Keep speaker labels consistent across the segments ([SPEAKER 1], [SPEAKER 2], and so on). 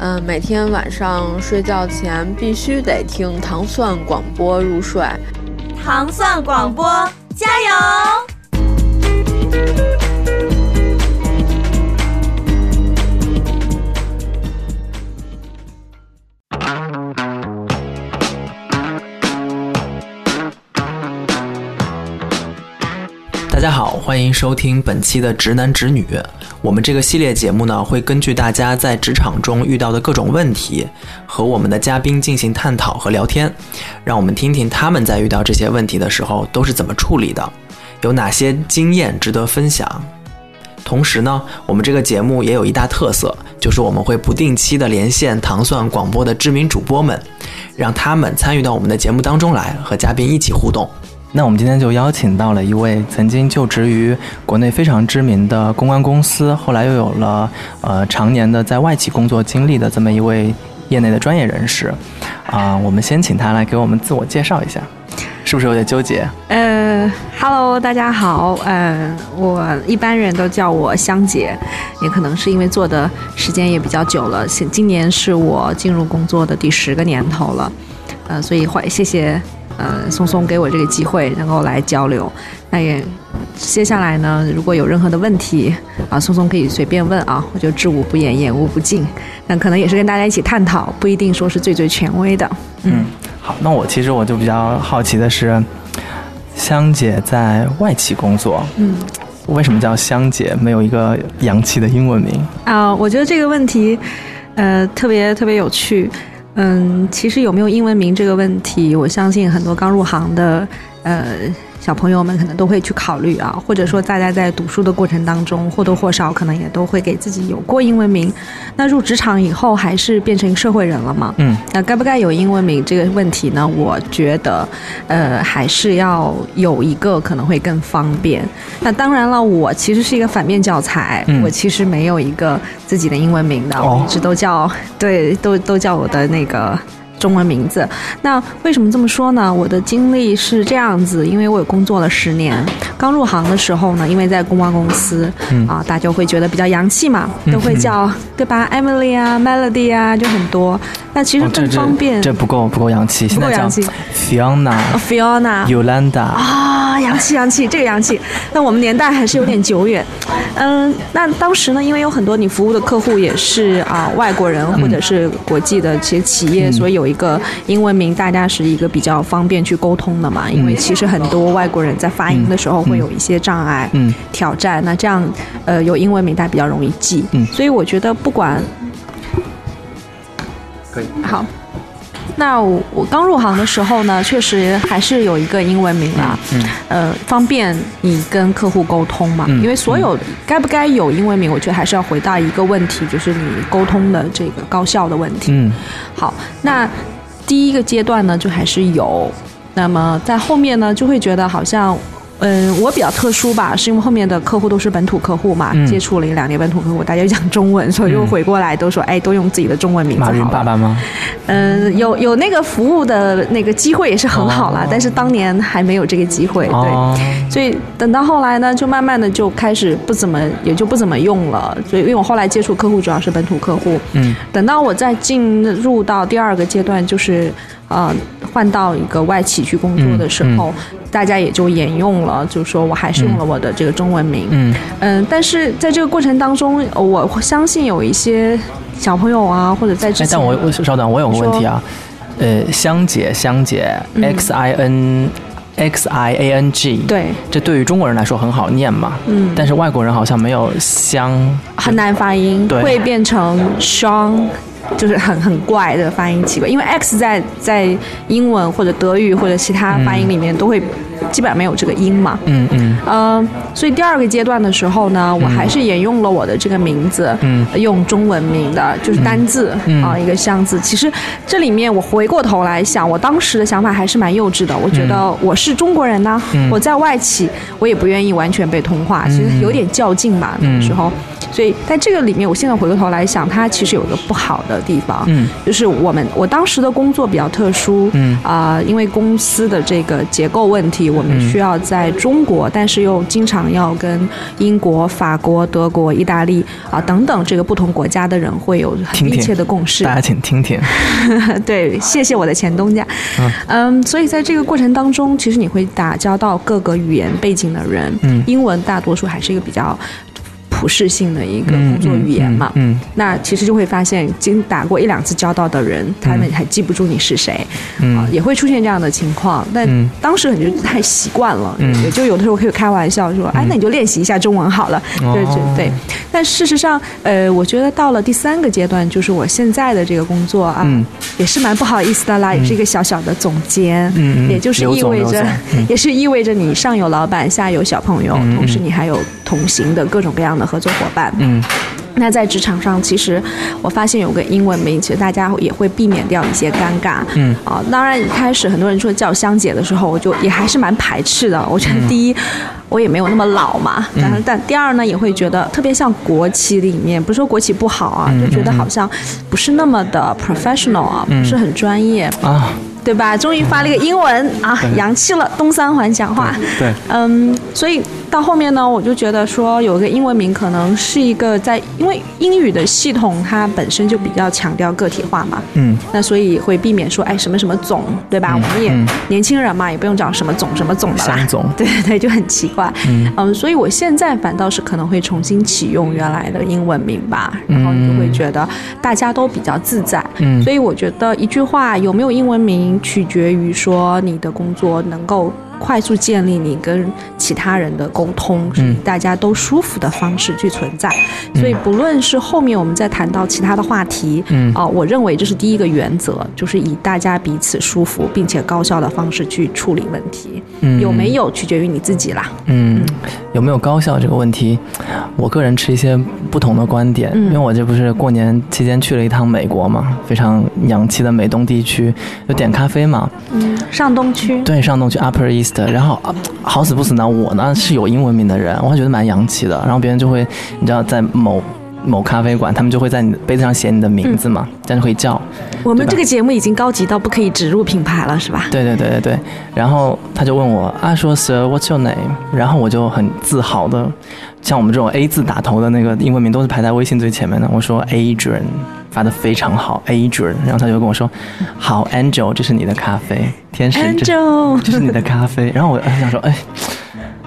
[SPEAKER 1] 嗯，每天晚上睡觉前必须得听糖蒜广播入睡。
[SPEAKER 2] 糖蒜广播，加油！
[SPEAKER 3] 大家好，欢迎收听本期的《直男直女》。我们这个系列节目呢，会根据大家在职场中遇到的各种问题，和我们的嘉宾进行探讨和聊天，让我们听听他们在遇到这些问题的时候都是怎么处理的，有哪些经验值得分享。同时呢，我们这个节目也有一大特色，就是我们会不定期的连线糖蒜广播的知名主播们，让他们参与到我们的节目当中来，和嘉宾一起互动。
[SPEAKER 4] 那我们今天就邀请到了一位曾经就职于国内非常知名的公关公司，后来又有了呃常年的在外企工作经历的这么一位业内的专业人士，啊、我们先请他来给我们自我介绍一下，是不是有点纠结？
[SPEAKER 5] 呃，Hello，大家好，呃，我一般人都叫我香姐，也可能是因为做的时间也比较久了，现今年是我进入工作的第十个年头了，呃，所以欢谢谢呃松松给我这个机会能够来交流，那也接下来呢，如果有任何的问题啊，松松可以随便问啊，我就知无不言，言无不尽，那可能也是跟大家一起探讨，不一定说是最最权威的，
[SPEAKER 4] 嗯，好，那我其实我就比较好奇的是，香姐在外企工作，
[SPEAKER 5] 嗯。
[SPEAKER 4] 为什么叫香姐？没有一个洋气的英文名。
[SPEAKER 5] 啊、我觉得这个问题，呃，特别特别有趣。嗯，其实有没有英文名这个问题，我相信很多刚入行的呃小朋友们可能都会去考虑啊，或者说大家在读书的过程当中或多或少可能也都会给自己有过英文名。那入职场以后还是变成社会人了嘛？
[SPEAKER 4] 嗯，
[SPEAKER 5] 那该不该有英文名这个问题呢？我觉得，呃，还是要有一个可能会更方便。那当然了，我其实是一个反面教材，
[SPEAKER 4] 嗯
[SPEAKER 5] 我其实没有一个自己的英文名的，
[SPEAKER 4] 哦
[SPEAKER 5] 我一直都叫对，都都叫我的那个。中文名字，那为什么这么说呢？我的经历是这样子，因为我有工作了十年，刚入行的时候呢，因为在公关公司，
[SPEAKER 4] 嗯
[SPEAKER 5] 啊，大家就会觉得比较洋气嘛，都会叫对吧？Emily 啊，Melody 啊，就很多。那其实
[SPEAKER 4] 哦这
[SPEAKER 5] 更方便。
[SPEAKER 4] 这这不够不够洋气。
[SPEAKER 5] 不
[SPEAKER 4] 现
[SPEAKER 5] 够
[SPEAKER 4] 在
[SPEAKER 5] 洋
[SPEAKER 4] 叫
[SPEAKER 5] 气
[SPEAKER 4] Fiona、
[SPEAKER 5] 哦 Fiona
[SPEAKER 4] Yolanda，
[SPEAKER 5] 啊，洋气洋气，这个洋气。那我们年代还是有点久远，嗯，那当时呢，因为有很多你服务的客户也是啊、外国人
[SPEAKER 4] 嗯
[SPEAKER 5] 或者是国际的这些企业，所以有一个英文名，大家是一个比较方便去沟通的嘛。因
[SPEAKER 4] 嗯
[SPEAKER 5] 为其实很多外国人在发音的时候会有一些障碍、
[SPEAKER 4] 嗯嗯
[SPEAKER 5] 挑战，那这样呃有英文名大家比较容易记。
[SPEAKER 4] 嗯
[SPEAKER 5] 所以我觉得不管
[SPEAKER 6] 可以。
[SPEAKER 5] 好。那我我刚入行的时候呢，确实还是有一个英文名啦，
[SPEAKER 4] 嗯
[SPEAKER 5] 呃，方便你跟客户沟通嘛。
[SPEAKER 4] 嗯
[SPEAKER 5] 因为所有该不该有英文名，我觉得还是要回到一个问题，就是你沟通的这个高效的问题。
[SPEAKER 4] 嗯
[SPEAKER 5] 好，那第一个阶段呢，就还是有，那么在后面呢，就会觉得好像。嗯，我比较特殊吧，是因为后面的客户都是本土客户嘛，
[SPEAKER 4] 嗯
[SPEAKER 5] 接触了一两年本土客户，大家又讲中文，所以又
[SPEAKER 4] 嗯
[SPEAKER 5] 回过来都说，哎，都用自己的中文名字好
[SPEAKER 4] 马云
[SPEAKER 5] 了
[SPEAKER 4] 爸爸吗？
[SPEAKER 5] 嗯，有有那个服务的那个机会也是很好啦，
[SPEAKER 4] 哦
[SPEAKER 5] 但是当年还没有这个机会，对。
[SPEAKER 4] 哦，
[SPEAKER 5] 所以等到后来呢，就慢慢的就开始不怎么，也就不怎么用了。所以因为我后来接触客户主要是本土客户，
[SPEAKER 4] 嗯
[SPEAKER 5] 等到我再进入到第二个阶段，就是呃换到一个外企去工作的时候，
[SPEAKER 4] 嗯
[SPEAKER 5] 大家也就沿用了，就说我还是用了我的这个中文名。
[SPEAKER 4] 嗯
[SPEAKER 5] 嗯，但是在这个过程当中，我相信有一些小朋友啊，或者在之
[SPEAKER 4] 哎，
[SPEAKER 5] 前，
[SPEAKER 4] 但我我稍等，我有个问题啊，呃，香姐，香姐
[SPEAKER 5] 嗯
[SPEAKER 4] ，X I N X I A N G，，
[SPEAKER 5] 对。
[SPEAKER 4] 这对于中国人来说很好念嘛，
[SPEAKER 5] 嗯
[SPEAKER 4] 但是外国人好像没有香，
[SPEAKER 5] 很难发音，
[SPEAKER 4] 对
[SPEAKER 5] 会变成 Sean 就是很很怪的发音奇怪，因为 X 在在英文或者德语或者其他发音里面都会基本上没有这个音嘛。
[SPEAKER 4] 嗯嗯
[SPEAKER 5] 嗯，所以第二个阶段的时候呢，我还是沿用了我的这个名字，
[SPEAKER 4] 嗯
[SPEAKER 5] 用中文名的，就是单字啊、
[SPEAKER 4] 嗯
[SPEAKER 5] 一个箱子。其实这里面我回过头来想，我当时的想法还是蛮幼稚的。我觉得我是中国人呐、
[SPEAKER 4] 嗯
[SPEAKER 5] 我在外企，我也不愿意完全被同化，其实有点较劲吧，那个时候。
[SPEAKER 4] 嗯
[SPEAKER 5] 所以在这个里面，我现在回过头来想，它其实有一个不好的地方，
[SPEAKER 4] 嗯
[SPEAKER 5] 就是我们我当时的工作比较特殊，
[SPEAKER 4] 嗯
[SPEAKER 5] 啊、因为公司的这个结构问题，我们
[SPEAKER 4] 嗯
[SPEAKER 5] 需要在中国，但是又经常要跟英国、法国、德国、意大利啊、等等这个不同国家的人会有很
[SPEAKER 4] 听
[SPEAKER 5] 密
[SPEAKER 4] 听
[SPEAKER 5] 切的共识。
[SPEAKER 4] 大家请听听。
[SPEAKER 5] 对，谢谢我的前东家。
[SPEAKER 4] 嗯
[SPEAKER 5] 嗯，所以在这个过程当中，其实你会打交道各个语言背景的人，
[SPEAKER 4] 嗯
[SPEAKER 5] 英文大多数还是一个比较普适性的一个
[SPEAKER 4] 嗯
[SPEAKER 5] 工作语言嘛。
[SPEAKER 4] 嗯
[SPEAKER 5] 那其实就会发现，经打过一两次交道的人，他们还记不住你是谁，
[SPEAKER 4] 嗯
[SPEAKER 5] 啊，也会出现这样的情况。但
[SPEAKER 4] 嗯
[SPEAKER 5] 当时可能就太习惯了，
[SPEAKER 4] 嗯
[SPEAKER 5] 也就有的时候可以开玩笑说：“哎，那你就练习一下中文好了。
[SPEAKER 4] 哦
[SPEAKER 5] 就是对。但事实上，呃，我觉得到了第三个阶段，就是我现在的这个工作啊，
[SPEAKER 4] 嗯
[SPEAKER 5] 也是蛮不好意思的啦，也是一个小小的总监，
[SPEAKER 4] 嗯嗯
[SPEAKER 5] 也就是
[SPEAKER 4] 刘
[SPEAKER 5] 意
[SPEAKER 4] 总
[SPEAKER 5] 味
[SPEAKER 4] 刘
[SPEAKER 5] 着
[SPEAKER 4] 总，嗯
[SPEAKER 5] 也是意味着你上有老板，下有小朋友，
[SPEAKER 4] 嗯
[SPEAKER 5] 同时
[SPEAKER 4] 嗯
[SPEAKER 5] 你还有同行的各种各样的合作伙伴。
[SPEAKER 4] 嗯
[SPEAKER 5] 那在职场上，其实我发现有个英文名，其实大家也会避免掉一些尴尬。
[SPEAKER 4] 嗯
[SPEAKER 5] 啊、当然一开始很多人说叫我香姐的时候，我就也还是蛮排斥的。我觉得第一，我也没有那么老嘛，但是但第二呢，也会觉得特别像国企里面，不是说国企不好啊，就觉得好像不是那么的 professional 啊，不是很专业，
[SPEAKER 4] 啊，
[SPEAKER 5] 对吧？终于发了一个英文啊，洋气了，东三环讲话。
[SPEAKER 4] 对，
[SPEAKER 5] 嗯，所以到后面呢，我就觉得说有一个英文名可能是一个在，因为英语的系统它本身就比较强调个体化嘛，
[SPEAKER 4] 嗯
[SPEAKER 5] 那所以会避免说哎什么什么总，对吧？我们也、
[SPEAKER 4] 嗯
[SPEAKER 5] 年轻人嘛，也不用找什么总什么总的啦
[SPEAKER 4] 香。总
[SPEAKER 5] 对对，就很奇怪，
[SPEAKER 4] 嗯
[SPEAKER 5] 所以我现在反倒是可能会重新启用原来的英文名吧，然后你就会觉得大家都比较自在，
[SPEAKER 4] 嗯
[SPEAKER 5] 所以我觉得一句话有没有英文名，取决于说你的工作能够快速建立你跟其他人的沟通，是
[SPEAKER 4] 嗯
[SPEAKER 5] 以大家都舒服的方式去存在。所以不论是后面我们再谈到其他的话题，
[SPEAKER 4] 嗯
[SPEAKER 5] 啊、我认为这是第一个原则，就是以大家彼此舒服并且高效的方式去处理问题。
[SPEAKER 4] 嗯
[SPEAKER 5] 有没有取决于你自己啦。
[SPEAKER 4] 嗯，有没有高效这个问题，我个人持一些不同的观点，
[SPEAKER 5] 嗯
[SPEAKER 4] 因为我这不是过年期间去了一趟美国嘛，非常洋气的美东地区，就点咖啡嘛，
[SPEAKER 5] 嗯，上东区，
[SPEAKER 4] 对，上东去 Upper East，然后啊好死不死呢，我呢是有英文名的人，我还觉得蛮洋气的，然后别人就会，你知道在某。某咖啡馆，他们就会在你的杯子上写你的名字嘛，这样就可以叫。
[SPEAKER 5] 我们
[SPEAKER 4] 对吧
[SPEAKER 5] 这个节目已经高级到不可以植入品牌了，是吧？
[SPEAKER 4] 对对对对对，然后他就问我啊，说 Sir what's your name？然后我就很自豪的，像我们这种 A 字打头的那个英文名都是排在微信最前面的。我说 Adrian，发的非常好，Adrian。然后他就跟我说，好 Angel，这是你的咖啡，天使这
[SPEAKER 5] Angel
[SPEAKER 4] 这是你的咖 啡。然后我哎想说，哎，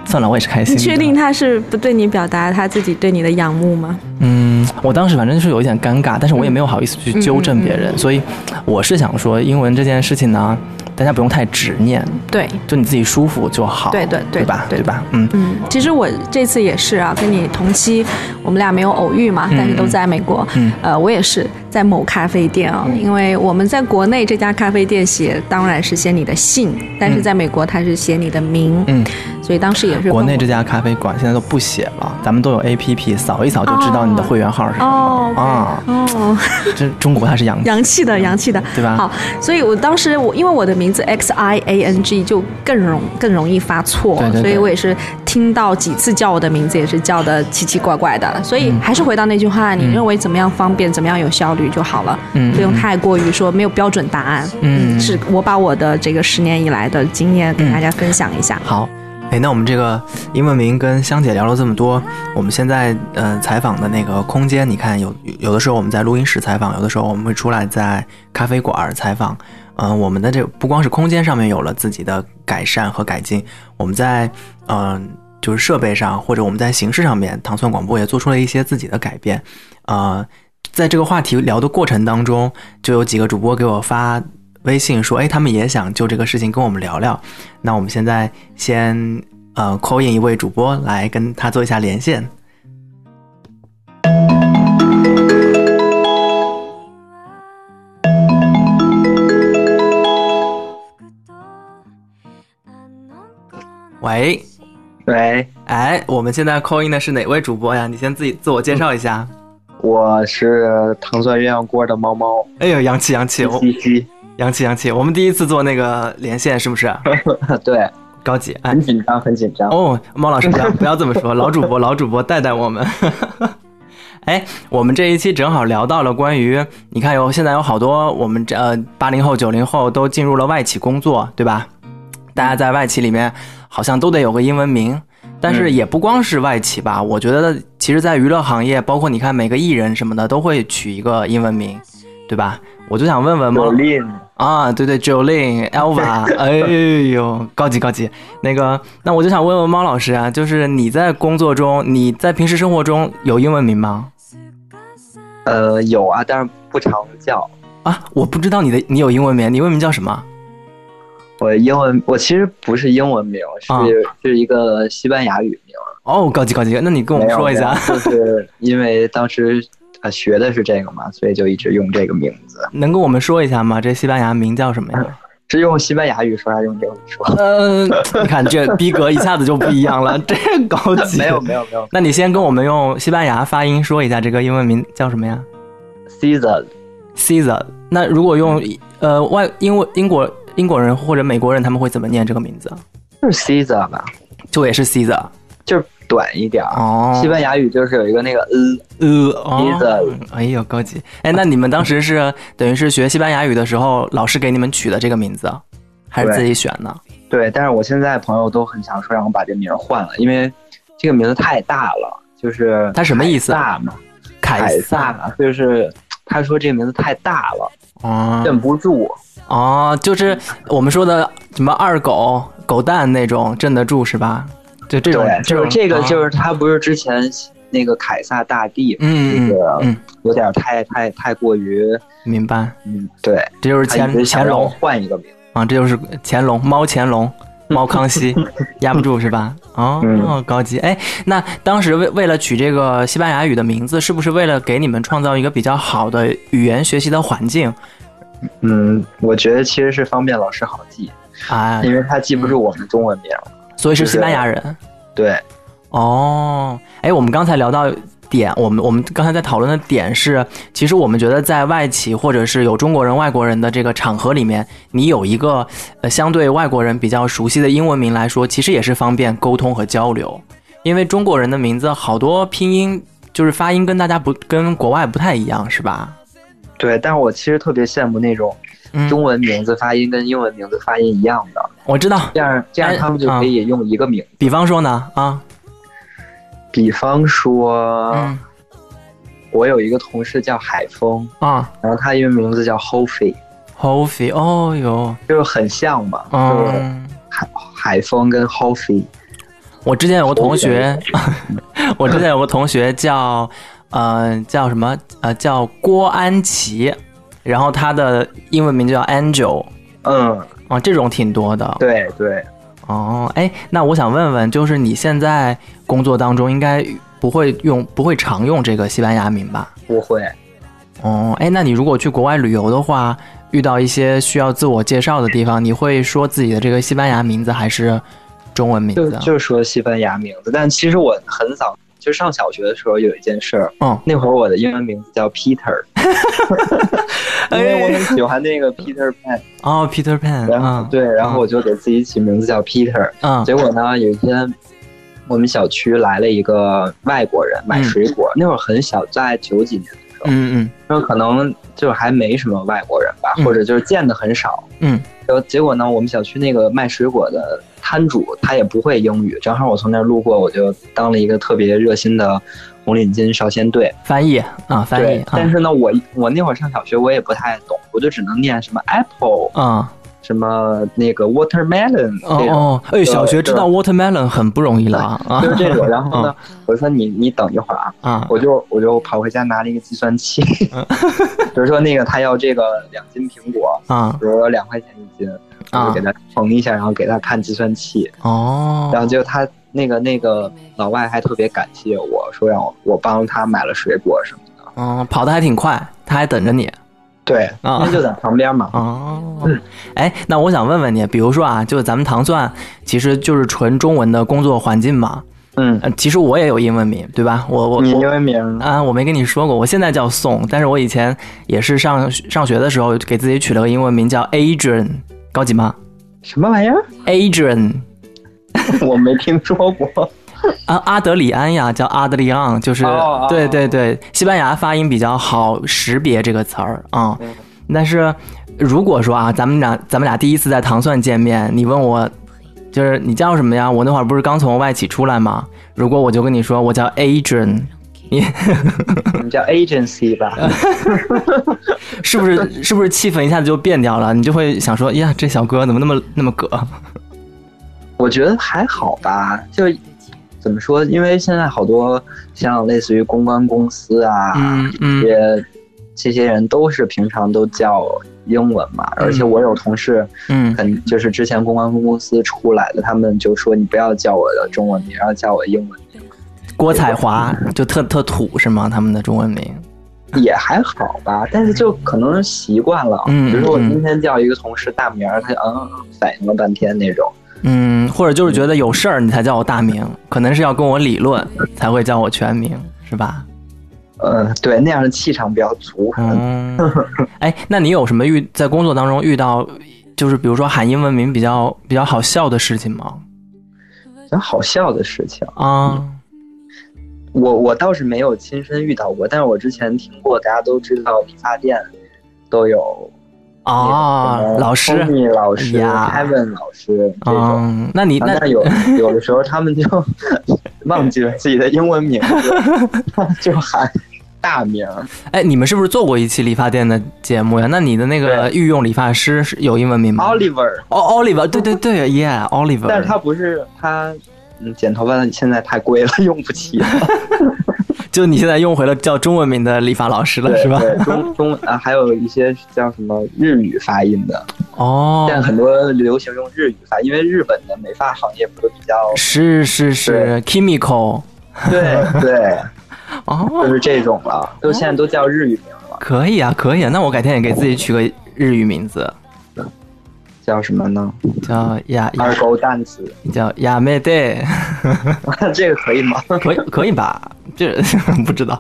[SPEAKER 4] 算了，我也是开心
[SPEAKER 5] 你
[SPEAKER 4] 的。
[SPEAKER 5] 确定他是不对你表达他自己对你的仰慕吗？
[SPEAKER 4] 嗯，我当时反正就是有一点尴尬，但是我也没有好意思去纠正别
[SPEAKER 5] 嗯
[SPEAKER 4] 人，所以我是想说，英文这件事情呢，大家不用太执念，
[SPEAKER 5] 对，
[SPEAKER 4] 就你自己舒服就好，
[SPEAKER 5] 对对对
[SPEAKER 4] 对吧？
[SPEAKER 5] 对
[SPEAKER 4] 对吧？嗯
[SPEAKER 5] 嗯，其实我这次也是啊，跟你同期，我们俩没有偶遇嘛，但是都在美国。
[SPEAKER 4] 嗯
[SPEAKER 5] 呃，我也是在某咖啡店啊、因为我们在国内这家咖啡店写当然是写你的姓，但是在美国它是写你的名，
[SPEAKER 4] 嗯，
[SPEAKER 5] 所以当时也是
[SPEAKER 4] 国内这
[SPEAKER 5] 家
[SPEAKER 4] 家咖啡馆现在都不写了，咱们都有 A P P，扫一扫就知道你的会员号是什么
[SPEAKER 5] 哦
[SPEAKER 4] 了啊。
[SPEAKER 5] 哦。
[SPEAKER 4] 这中国它是洋气，
[SPEAKER 5] 洋气的，洋气的，
[SPEAKER 4] 对吧
[SPEAKER 5] 好，所以我当时我因为我的名字 X I A N G 就更容更容易发错，
[SPEAKER 4] 对对对
[SPEAKER 5] 所以我也是听到几次叫我的名字也是叫的奇奇怪怪
[SPEAKER 4] 嗯
[SPEAKER 5] 的，所以还是回到那句话，你认为怎么样方便，怎么样有效率就好了，
[SPEAKER 4] 嗯
[SPEAKER 5] 不用太过于说没有标准答案，
[SPEAKER 4] 嗯
[SPEAKER 5] 是我把我的这个十年以来的经验跟大家分享一下，
[SPEAKER 4] 好，
[SPEAKER 3] 哎，那我们这个英文名跟香姐聊了这么多，我们现在呃采访的那个空间，你看有有的时候我们在录音室采访，有的时候我们会出来在咖啡馆儿采访。嗯、我们的这不光是空间上面有了自己的改善和改进，我们在嗯、呃就是设备上或者我们在形式上面，糖蒜广播也做出了一些自己的改变。呃，在这个话题聊的过程当中，就有几个主播给我发微信说，哎，他们也想就这个事情跟我们聊聊。那我们现在先呃 call in 一位主播来跟他做一下连线。
[SPEAKER 4] 喂，
[SPEAKER 7] 喂，
[SPEAKER 4] 哎，我们现在扣音的是哪位主播呀？你先自己自我介绍一下。
[SPEAKER 7] 我是糖蒜鸳鸯锅的猫猫。
[SPEAKER 4] 哎呦，洋气洋气，
[SPEAKER 7] 嘻嘻，
[SPEAKER 4] 洋气洋气。我们第一次做那个连线，是不 是？
[SPEAKER 7] 对，
[SPEAKER 4] 高级，哎
[SPEAKER 7] 很紧张，很紧张。
[SPEAKER 4] 哦，猫老师不要不要这么说，老主播老主播带带我们。 哎，我们这一期正好聊到了关于，你看有现在有好多我们这呃八零后九零后都进入了外企工作，对吧？大家在外企里面好像都得有个英文名，但是也不光是外企吧，我觉得其实，在娱乐行业，包括你看每个艺人什么的，都会取一个英文名，对吧？我就想问问猫
[SPEAKER 7] Jolin
[SPEAKER 4] 啊，对对，Jolin、Elva，哎 呦，高级高级。那个，那我就想问问猫老师啊，就是你在工作中，你在平时生活中有英文名吗？
[SPEAKER 7] 呃，有啊，但是不常叫。
[SPEAKER 4] 啊，我不知道你的你有英文名，你英文名叫什么？
[SPEAKER 7] 我英文，我其实不是英文名，是、
[SPEAKER 4] 啊
[SPEAKER 7] 是一个西班牙语名。
[SPEAKER 4] 哦，高级高级，那你跟我们
[SPEAKER 7] 没有
[SPEAKER 4] 说一下。
[SPEAKER 7] 没有就是因为当时呃学的是这个嘛，所以就一直用这个名字。
[SPEAKER 4] 能跟我们说一下吗？这西班牙名叫什么呀？
[SPEAKER 7] 是用西班牙语说还是用英语说？
[SPEAKER 4] 嗯、 你看这逼格一下子就不一样了，这高 级。
[SPEAKER 7] 没有没有没有
[SPEAKER 4] 那你先跟我们用西班牙发音说一下这个英文名叫什么呀
[SPEAKER 7] Caesar
[SPEAKER 4] ？Caesar。那如果用呃外英文英国英国人或者美国人他们会怎么念这个名字？啊
[SPEAKER 7] 就是 Caesar 吧，
[SPEAKER 4] 就也是 Caesar。
[SPEAKER 7] 就是短一点儿。
[SPEAKER 4] 哦
[SPEAKER 7] 西班牙语就是有一个那个嗯
[SPEAKER 4] 呃哦
[SPEAKER 7] Caesar，
[SPEAKER 4] 哎呦高级。哎，那你们当时是等于是学西班牙语的时候，老师给你们取的这个名字，啊还是自己选的？
[SPEAKER 7] 对，但是我现在朋友都很想说让我把这名儿换了，因为这个名字太大了，就是
[SPEAKER 4] 它什么意思
[SPEAKER 7] 凯撒嘛，
[SPEAKER 4] 凯
[SPEAKER 7] 凯
[SPEAKER 4] 撒
[SPEAKER 7] 撒就是他说这个名字太大了，
[SPEAKER 4] 哦
[SPEAKER 7] 镇不住。
[SPEAKER 4] 哦，就是我们说的什么二狗、狗蛋那种镇得住是吧？就这种
[SPEAKER 7] 对，，就是
[SPEAKER 4] 种
[SPEAKER 7] 这个，就
[SPEAKER 4] 啊
[SPEAKER 7] 是他不是之前那个凯撒大帝，
[SPEAKER 4] 嗯嗯
[SPEAKER 7] 这个
[SPEAKER 4] 嗯
[SPEAKER 7] 有点太太太过于，
[SPEAKER 4] 明白。
[SPEAKER 7] 嗯，对，
[SPEAKER 4] 这就是
[SPEAKER 7] 他一
[SPEAKER 4] 乾
[SPEAKER 7] 直想
[SPEAKER 4] 乾
[SPEAKER 7] 让我
[SPEAKER 4] 隆
[SPEAKER 7] 换一个名字。
[SPEAKER 4] 啊，这就是乾隆，猫 乾隆，猫康熙，压不住是吧？哦，
[SPEAKER 7] 嗯
[SPEAKER 4] 高级。哎，那当时为为了取这个西班牙语的名字，是不是为了给你们创造一个比较好的语言学习的环境？
[SPEAKER 7] 嗯，我觉得其实是方便老师好记，
[SPEAKER 4] 哎，
[SPEAKER 7] 因为他记不住我们中文名儿，
[SPEAKER 4] 所以是
[SPEAKER 7] 嗯就是
[SPEAKER 4] 西班牙人。
[SPEAKER 7] 对，
[SPEAKER 4] 哦，哎，我们刚才聊到点，我们我们刚才在讨论的点是，其实我们觉得在外企或者是有中国人、外国人的这个场合里面，你有一个呃相对外国人比较熟悉的英文名来说，其实也是方便沟通和交流，因为中国人的名字好多拼音就是发音跟大家不跟国外不太一样，是吧？
[SPEAKER 7] 对，但是我其实特别羡慕那种
[SPEAKER 4] 嗯
[SPEAKER 7] 中文名字发音跟英文名字发音一样的，
[SPEAKER 4] 我知道，
[SPEAKER 7] 这样这样
[SPEAKER 4] 哎
[SPEAKER 7] 他们就可以用一个名字。
[SPEAKER 4] 比方说呢，啊，
[SPEAKER 7] 比方说，
[SPEAKER 4] 嗯
[SPEAKER 7] 我有一个同事叫海峰，
[SPEAKER 4] 啊
[SPEAKER 7] 然后他英文名字叫 Hofi，
[SPEAKER 4] ，Hofi，哦哟，
[SPEAKER 7] 就是很像嘛，就是
[SPEAKER 4] 嗯。
[SPEAKER 7] 海海峰跟 Hofi。
[SPEAKER 4] 我之前有个同学， 我之前有个同学叫呃叫什么呃叫郭安琪，然后他的英文名叫 Angel
[SPEAKER 7] 嗯，
[SPEAKER 4] 啊，这种挺多的。
[SPEAKER 7] 对对，
[SPEAKER 4] 哦，哎，那我想问问，就是你现在工作当中应该不会用不会常用这个西班牙名吧？
[SPEAKER 7] 不会。
[SPEAKER 4] 哦，哎，那你如果去国外旅游的话，遇到一些需要自我介绍的地方，你会说自己的这个西班牙名字还是中文名
[SPEAKER 7] 就
[SPEAKER 4] 字啊？
[SPEAKER 7] 就说西班牙名字，但其实我很早就上小学的时候有一件事儿，
[SPEAKER 4] 嗯
[SPEAKER 7] 那会儿我的英文名字叫 Peter，因为我
[SPEAKER 4] 哎
[SPEAKER 7] 很喜欢那个 Peter Pan，
[SPEAKER 4] 哦，Peter Pan，
[SPEAKER 7] 然后、
[SPEAKER 4] 嗯
[SPEAKER 7] 对，然后我就给自己起名字叫 Peter，
[SPEAKER 4] 嗯
[SPEAKER 7] 结果呢，有一天我们小区来了一个外国人买水果，那会儿很小，在九几年，
[SPEAKER 4] 嗯嗯
[SPEAKER 7] 那可能就还没什么外国人吧，
[SPEAKER 4] 嗯
[SPEAKER 7] 或者就是见的很少，
[SPEAKER 4] 嗯，
[SPEAKER 7] 然后结果呢，我们小区那个卖水果的摊主他也不会英语，正好我从那儿路过，我就当了一个特别热心的红领巾少先队。
[SPEAKER 4] 翻译啊，翻译
[SPEAKER 7] 对，
[SPEAKER 4] 啊
[SPEAKER 7] 但是呢，我我那会儿上小学，我也不太懂，我就只能念什么 apple，
[SPEAKER 4] 啊。
[SPEAKER 7] 什么那个 watermelon
[SPEAKER 4] 哦
[SPEAKER 7] 这种。
[SPEAKER 4] 哦，哎，
[SPEAKER 7] 对
[SPEAKER 4] 小学知道
[SPEAKER 7] 就
[SPEAKER 4] watermelon 很不容易了啊，
[SPEAKER 7] 就是这 种。然后呢，
[SPEAKER 4] 嗯
[SPEAKER 7] 我说你你等一会儿啊，
[SPEAKER 4] 啊
[SPEAKER 7] 我就我就跑回家拿了一个计算 器，比如说那个他要这个两斤苹果，
[SPEAKER 4] 啊
[SPEAKER 7] 比如说两块钱一斤，我
[SPEAKER 4] 啊
[SPEAKER 7] 就给他缝一下，然后给他看计算器，然
[SPEAKER 4] 哦，
[SPEAKER 7] 后就他那个那个老外还特别感谢我说让我我帮他买了水果什么的，
[SPEAKER 4] 嗯，跑得还挺快，他还等着你
[SPEAKER 7] 对，
[SPEAKER 4] 啊
[SPEAKER 7] 那就在旁边嘛。
[SPEAKER 4] 哦，
[SPEAKER 7] 嗯
[SPEAKER 4] 哎，那我想问问你，比如说啊，就咱们糖蒜其实就是纯中文的工作环境嘛。呃
[SPEAKER 7] 嗯，
[SPEAKER 4] 其实我也有英文名，对吧？我哎我
[SPEAKER 7] 你
[SPEAKER 4] 我
[SPEAKER 7] 英文名
[SPEAKER 4] 啊，我没跟你说过，我现在叫宋，但是我以前也是上上学的时候给自己取了个英文名叫 Adrian，高级吗？
[SPEAKER 7] 什么玩意儿
[SPEAKER 4] ？Adrian
[SPEAKER 7] 我没听说 过。
[SPEAKER 4] 啊，阿德里安呀，叫阿德里昂，就是、
[SPEAKER 7] 哦哦
[SPEAKER 4] 对对对，西班牙发音比较好识别这个词儿啊、
[SPEAKER 7] 嗯
[SPEAKER 4] 但是如果说啊，咱们俩咱们俩第一次在糖蒜见面，你问我就是你叫什么呀？我那会儿不是刚从外企出来吗？如果我就跟你说我叫 Adrian，你
[SPEAKER 7] 你叫 agency 吧？
[SPEAKER 4] 是不是是不是气氛一下子就变掉了？你就会想说，哎呀，这小哥怎么那么那么葛？
[SPEAKER 7] 我觉得还好吧，就怎么说？因为现在好多像类似于公关公司啊，
[SPEAKER 4] 嗯嗯
[SPEAKER 7] 这些这些人都是平常都叫英文嘛。而且我有同事，
[SPEAKER 4] 嗯
[SPEAKER 7] 肯就是之前公关公司出来的，他们就说你不要叫我的中文名，要叫我英文名，
[SPEAKER 4] 郭采华就特特土是吗？他们的中文名？
[SPEAKER 7] 也还好吧。但是就可能习惯了，
[SPEAKER 4] 嗯
[SPEAKER 7] 比如说我
[SPEAKER 4] 嗯
[SPEAKER 7] 今天叫一个同事大名儿，他就嗯嗯反应了半天那种。
[SPEAKER 4] 嗯，或者就是觉得有事儿你才叫我大名，
[SPEAKER 7] 嗯
[SPEAKER 4] 可能是要跟我理论才会叫我全名，是吧？
[SPEAKER 7] 呃，对，那样的气场比较足。
[SPEAKER 4] 嗯，哎，那你有什么遇在工作当中遇到，就是比如说喊英文名比较比较好笑的事情吗？
[SPEAKER 7] 比较好笑的事情
[SPEAKER 4] 啊，
[SPEAKER 7] 嗯我我倒是没有亲身遇到过，但是我之前听过，大家都知道理发店都有
[SPEAKER 4] 啊，
[SPEAKER 7] 嗯
[SPEAKER 4] 老师，哎
[SPEAKER 7] 你老师、
[SPEAKER 4] 呀
[SPEAKER 7] Kevin 老师这种。
[SPEAKER 4] 嗯，那你
[SPEAKER 7] 啊
[SPEAKER 4] 那
[SPEAKER 7] 有有的时候他们就 忘记了自己的英文名， 就就喊大名。
[SPEAKER 4] 哎，你们是不是做过一期理发店的节目呀？那你的那个御用理发师是有英文名吗
[SPEAKER 7] Oliver，
[SPEAKER 4] 哦，Oliver，对对对，Yeah，Oliver。
[SPEAKER 7] 但是他不是他，嗯，剪头发现在太贵了，用不起了，
[SPEAKER 4] 就你现在用回了叫中文名的理发老师了，
[SPEAKER 7] 对
[SPEAKER 4] 是吧？
[SPEAKER 7] 对中中啊，还有一些叫什么日语发音的，
[SPEAKER 4] 哦，
[SPEAKER 7] 现在很多流行用日语发，因为日本的美发行业不是比较
[SPEAKER 4] 是是是，Kimiko，
[SPEAKER 7] 对 对，
[SPEAKER 4] 哦，
[SPEAKER 7] 就是这种了，都现在都叫日语名了，
[SPEAKER 4] 可以啊，可以啊。那我改天也给自己取个日语名字，
[SPEAKER 7] 叫什么呢？
[SPEAKER 4] 叫亚
[SPEAKER 7] 二
[SPEAKER 4] 亚，
[SPEAKER 7] 狗蛋子，
[SPEAKER 4] 叫亚妹 对，
[SPEAKER 7] 这个可以吗？
[SPEAKER 4] 可以可以吧？这 不知道。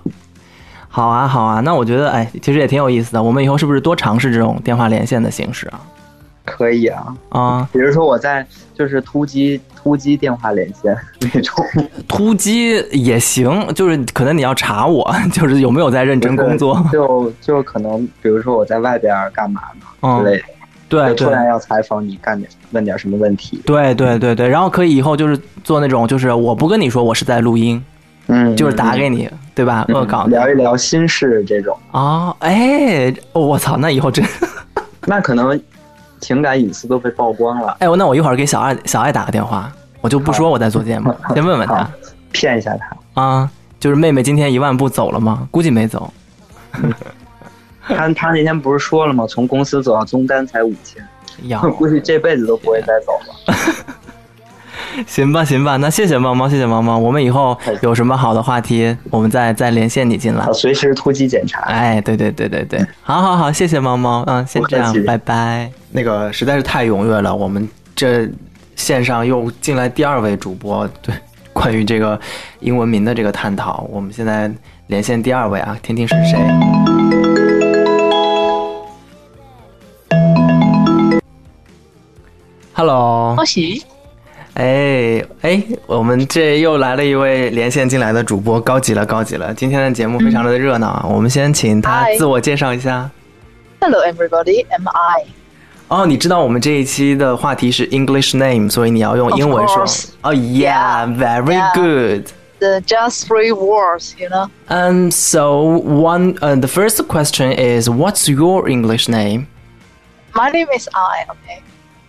[SPEAKER 4] 好啊，好啊，那我觉得，哎，其实也挺有意思的。我们以后是不是多尝试这种电话连线的形式啊？
[SPEAKER 7] 可以啊。
[SPEAKER 4] 啊，
[SPEAKER 7] 比如说我在就是突击突击电话连线那种，
[SPEAKER 4] 突击也行，就是可能你要查我， 就是有没有在认真工作。
[SPEAKER 7] 就就可能比如说我在外边儿干嘛呢
[SPEAKER 4] 嗯
[SPEAKER 7] 之类的，
[SPEAKER 4] 对
[SPEAKER 7] 就突
[SPEAKER 4] 对
[SPEAKER 7] 然要采访你干点问点什么问题，
[SPEAKER 4] 对对对对，然后可以以后就是做那种，就是我不跟你说我是在录音，
[SPEAKER 7] 嗯
[SPEAKER 4] 就是打给你，对吧？恶搞你
[SPEAKER 7] 聊一聊心事这种，
[SPEAKER 4] 哦，哎，哦我操，那以后真，，
[SPEAKER 7] 那可能情感隐私都被曝光了
[SPEAKER 4] 哎，我那我一会儿给小爱小爱打个电话，我就不说我在 做节目，先问问她
[SPEAKER 7] 骗一下他。
[SPEAKER 4] 啊，就是妹妹今天一万步走了吗？估计没走。
[SPEAKER 7] 他他那天不是说了吗？从公司走到中单才五千，
[SPEAKER 4] 呀，
[SPEAKER 7] 我 估计这辈子都不会再走了。
[SPEAKER 4] 行吧，行吧，那谢谢猫猫，谢谢猫猫，我们以后
[SPEAKER 7] 哎
[SPEAKER 4] 有什么好的话题，我们再再连线你进来
[SPEAKER 7] 啊，。随时突击检查。
[SPEAKER 4] 哎，对对对对对，好好好，谢谢猫猫，嗯，先这样
[SPEAKER 7] 不客，气
[SPEAKER 4] 拜拜。那个实在是太踊跃了，我们这线上又进来第二位主播，对，关于这个英文名的这个探讨，我们现在连线第二位啊，听听是谁。Hello，
[SPEAKER 8] 恭喜！
[SPEAKER 4] 哎哎，我们这又来了一位连线进来的主播，高级了，高级了！今天的节目非常的热闹啊，我们先请他
[SPEAKER 8] 嗨
[SPEAKER 4] 自我介绍一下。
[SPEAKER 8] Hello, everybody. Am I?
[SPEAKER 4] 哦，你知道我们这一期的话题是 English name，所以你要用英文说
[SPEAKER 8] Of course.。
[SPEAKER 4] 哦、y e a h very
[SPEAKER 8] Yeah.
[SPEAKER 4] good.
[SPEAKER 8] The just three words, you know.
[SPEAKER 4] Um, so one, uh, the first question is, what's your English name?
[SPEAKER 8] My name is I. OK，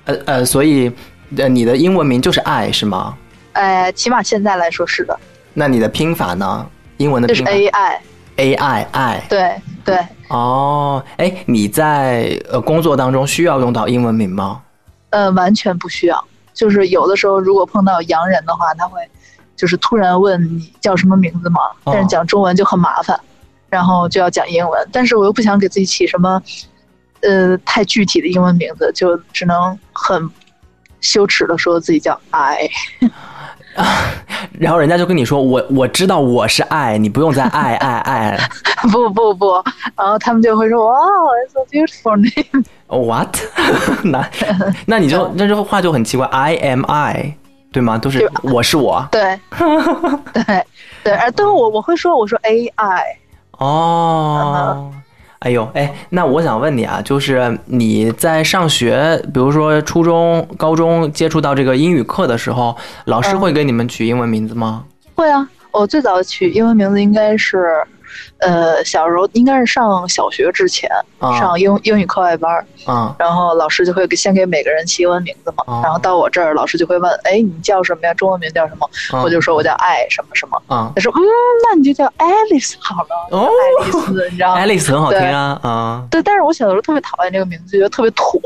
[SPEAKER 4] 呃呃，所以呃，你的英文名就是爱是吗？
[SPEAKER 8] 呃，起码现在来说是的，
[SPEAKER 4] 那你的拼法呢？英文的
[SPEAKER 8] 就
[SPEAKER 4] 拼
[SPEAKER 8] 是
[SPEAKER 4] 法
[SPEAKER 8] A I。
[SPEAKER 4] A I I。
[SPEAKER 8] 对对，
[SPEAKER 4] 哦，哎，你在呃工作当中需要用到英文名吗？
[SPEAKER 8] 呃，完全不需要。就是有的时候如果碰到洋人的话，他会就是突然问你叫什么名字嘛，但是讲中文就很麻烦。然后就要讲英文，但是我又不想给自己起什么呃太具体的英文名字，就只能很羞耻的说自己叫 I。
[SPEAKER 4] 然后人家就跟你说：“我我知道我是爱你，不用再爱爱爱。
[SPEAKER 8] 不不不，然后他们就会说哇，it's a beautiful name。
[SPEAKER 4] ？Oh, ”What？那 那你就那这话就很奇怪，I am I，对吗？都
[SPEAKER 8] 啊
[SPEAKER 4] 是我是 我。
[SPEAKER 8] 对，对对，哎，但我我会说我说 AI，
[SPEAKER 4] 哦，哎呦，哎，那我想问你啊，就是你在上学，比如说初中、高中接触到这个英语课的时候，老
[SPEAKER 8] 嗯
[SPEAKER 4] 师会给你们取英文名字吗？
[SPEAKER 8] 会啊，我最早取英文名字应该是，呃，小时候应该是上小学之前、
[SPEAKER 4] 啊
[SPEAKER 8] 上英英语课外班儿，
[SPEAKER 4] 啊
[SPEAKER 8] 然后老师就会给先给每个人起英文名字嘛，然后到我这儿老师就会问，哎，你叫什么呀？中文名叫什么？
[SPEAKER 4] 啊
[SPEAKER 8] 我就说我叫爱什么什么。
[SPEAKER 4] 啊
[SPEAKER 8] 他说，嗯，那你就叫 Alice 好了，
[SPEAKER 4] 哦
[SPEAKER 8] 爱丽丝，你知道吗
[SPEAKER 4] ，Alice 很好听
[SPEAKER 8] 对
[SPEAKER 4] 啊，啊
[SPEAKER 8] 对，但是我小时候特别讨厌这个名字，就觉得特别土。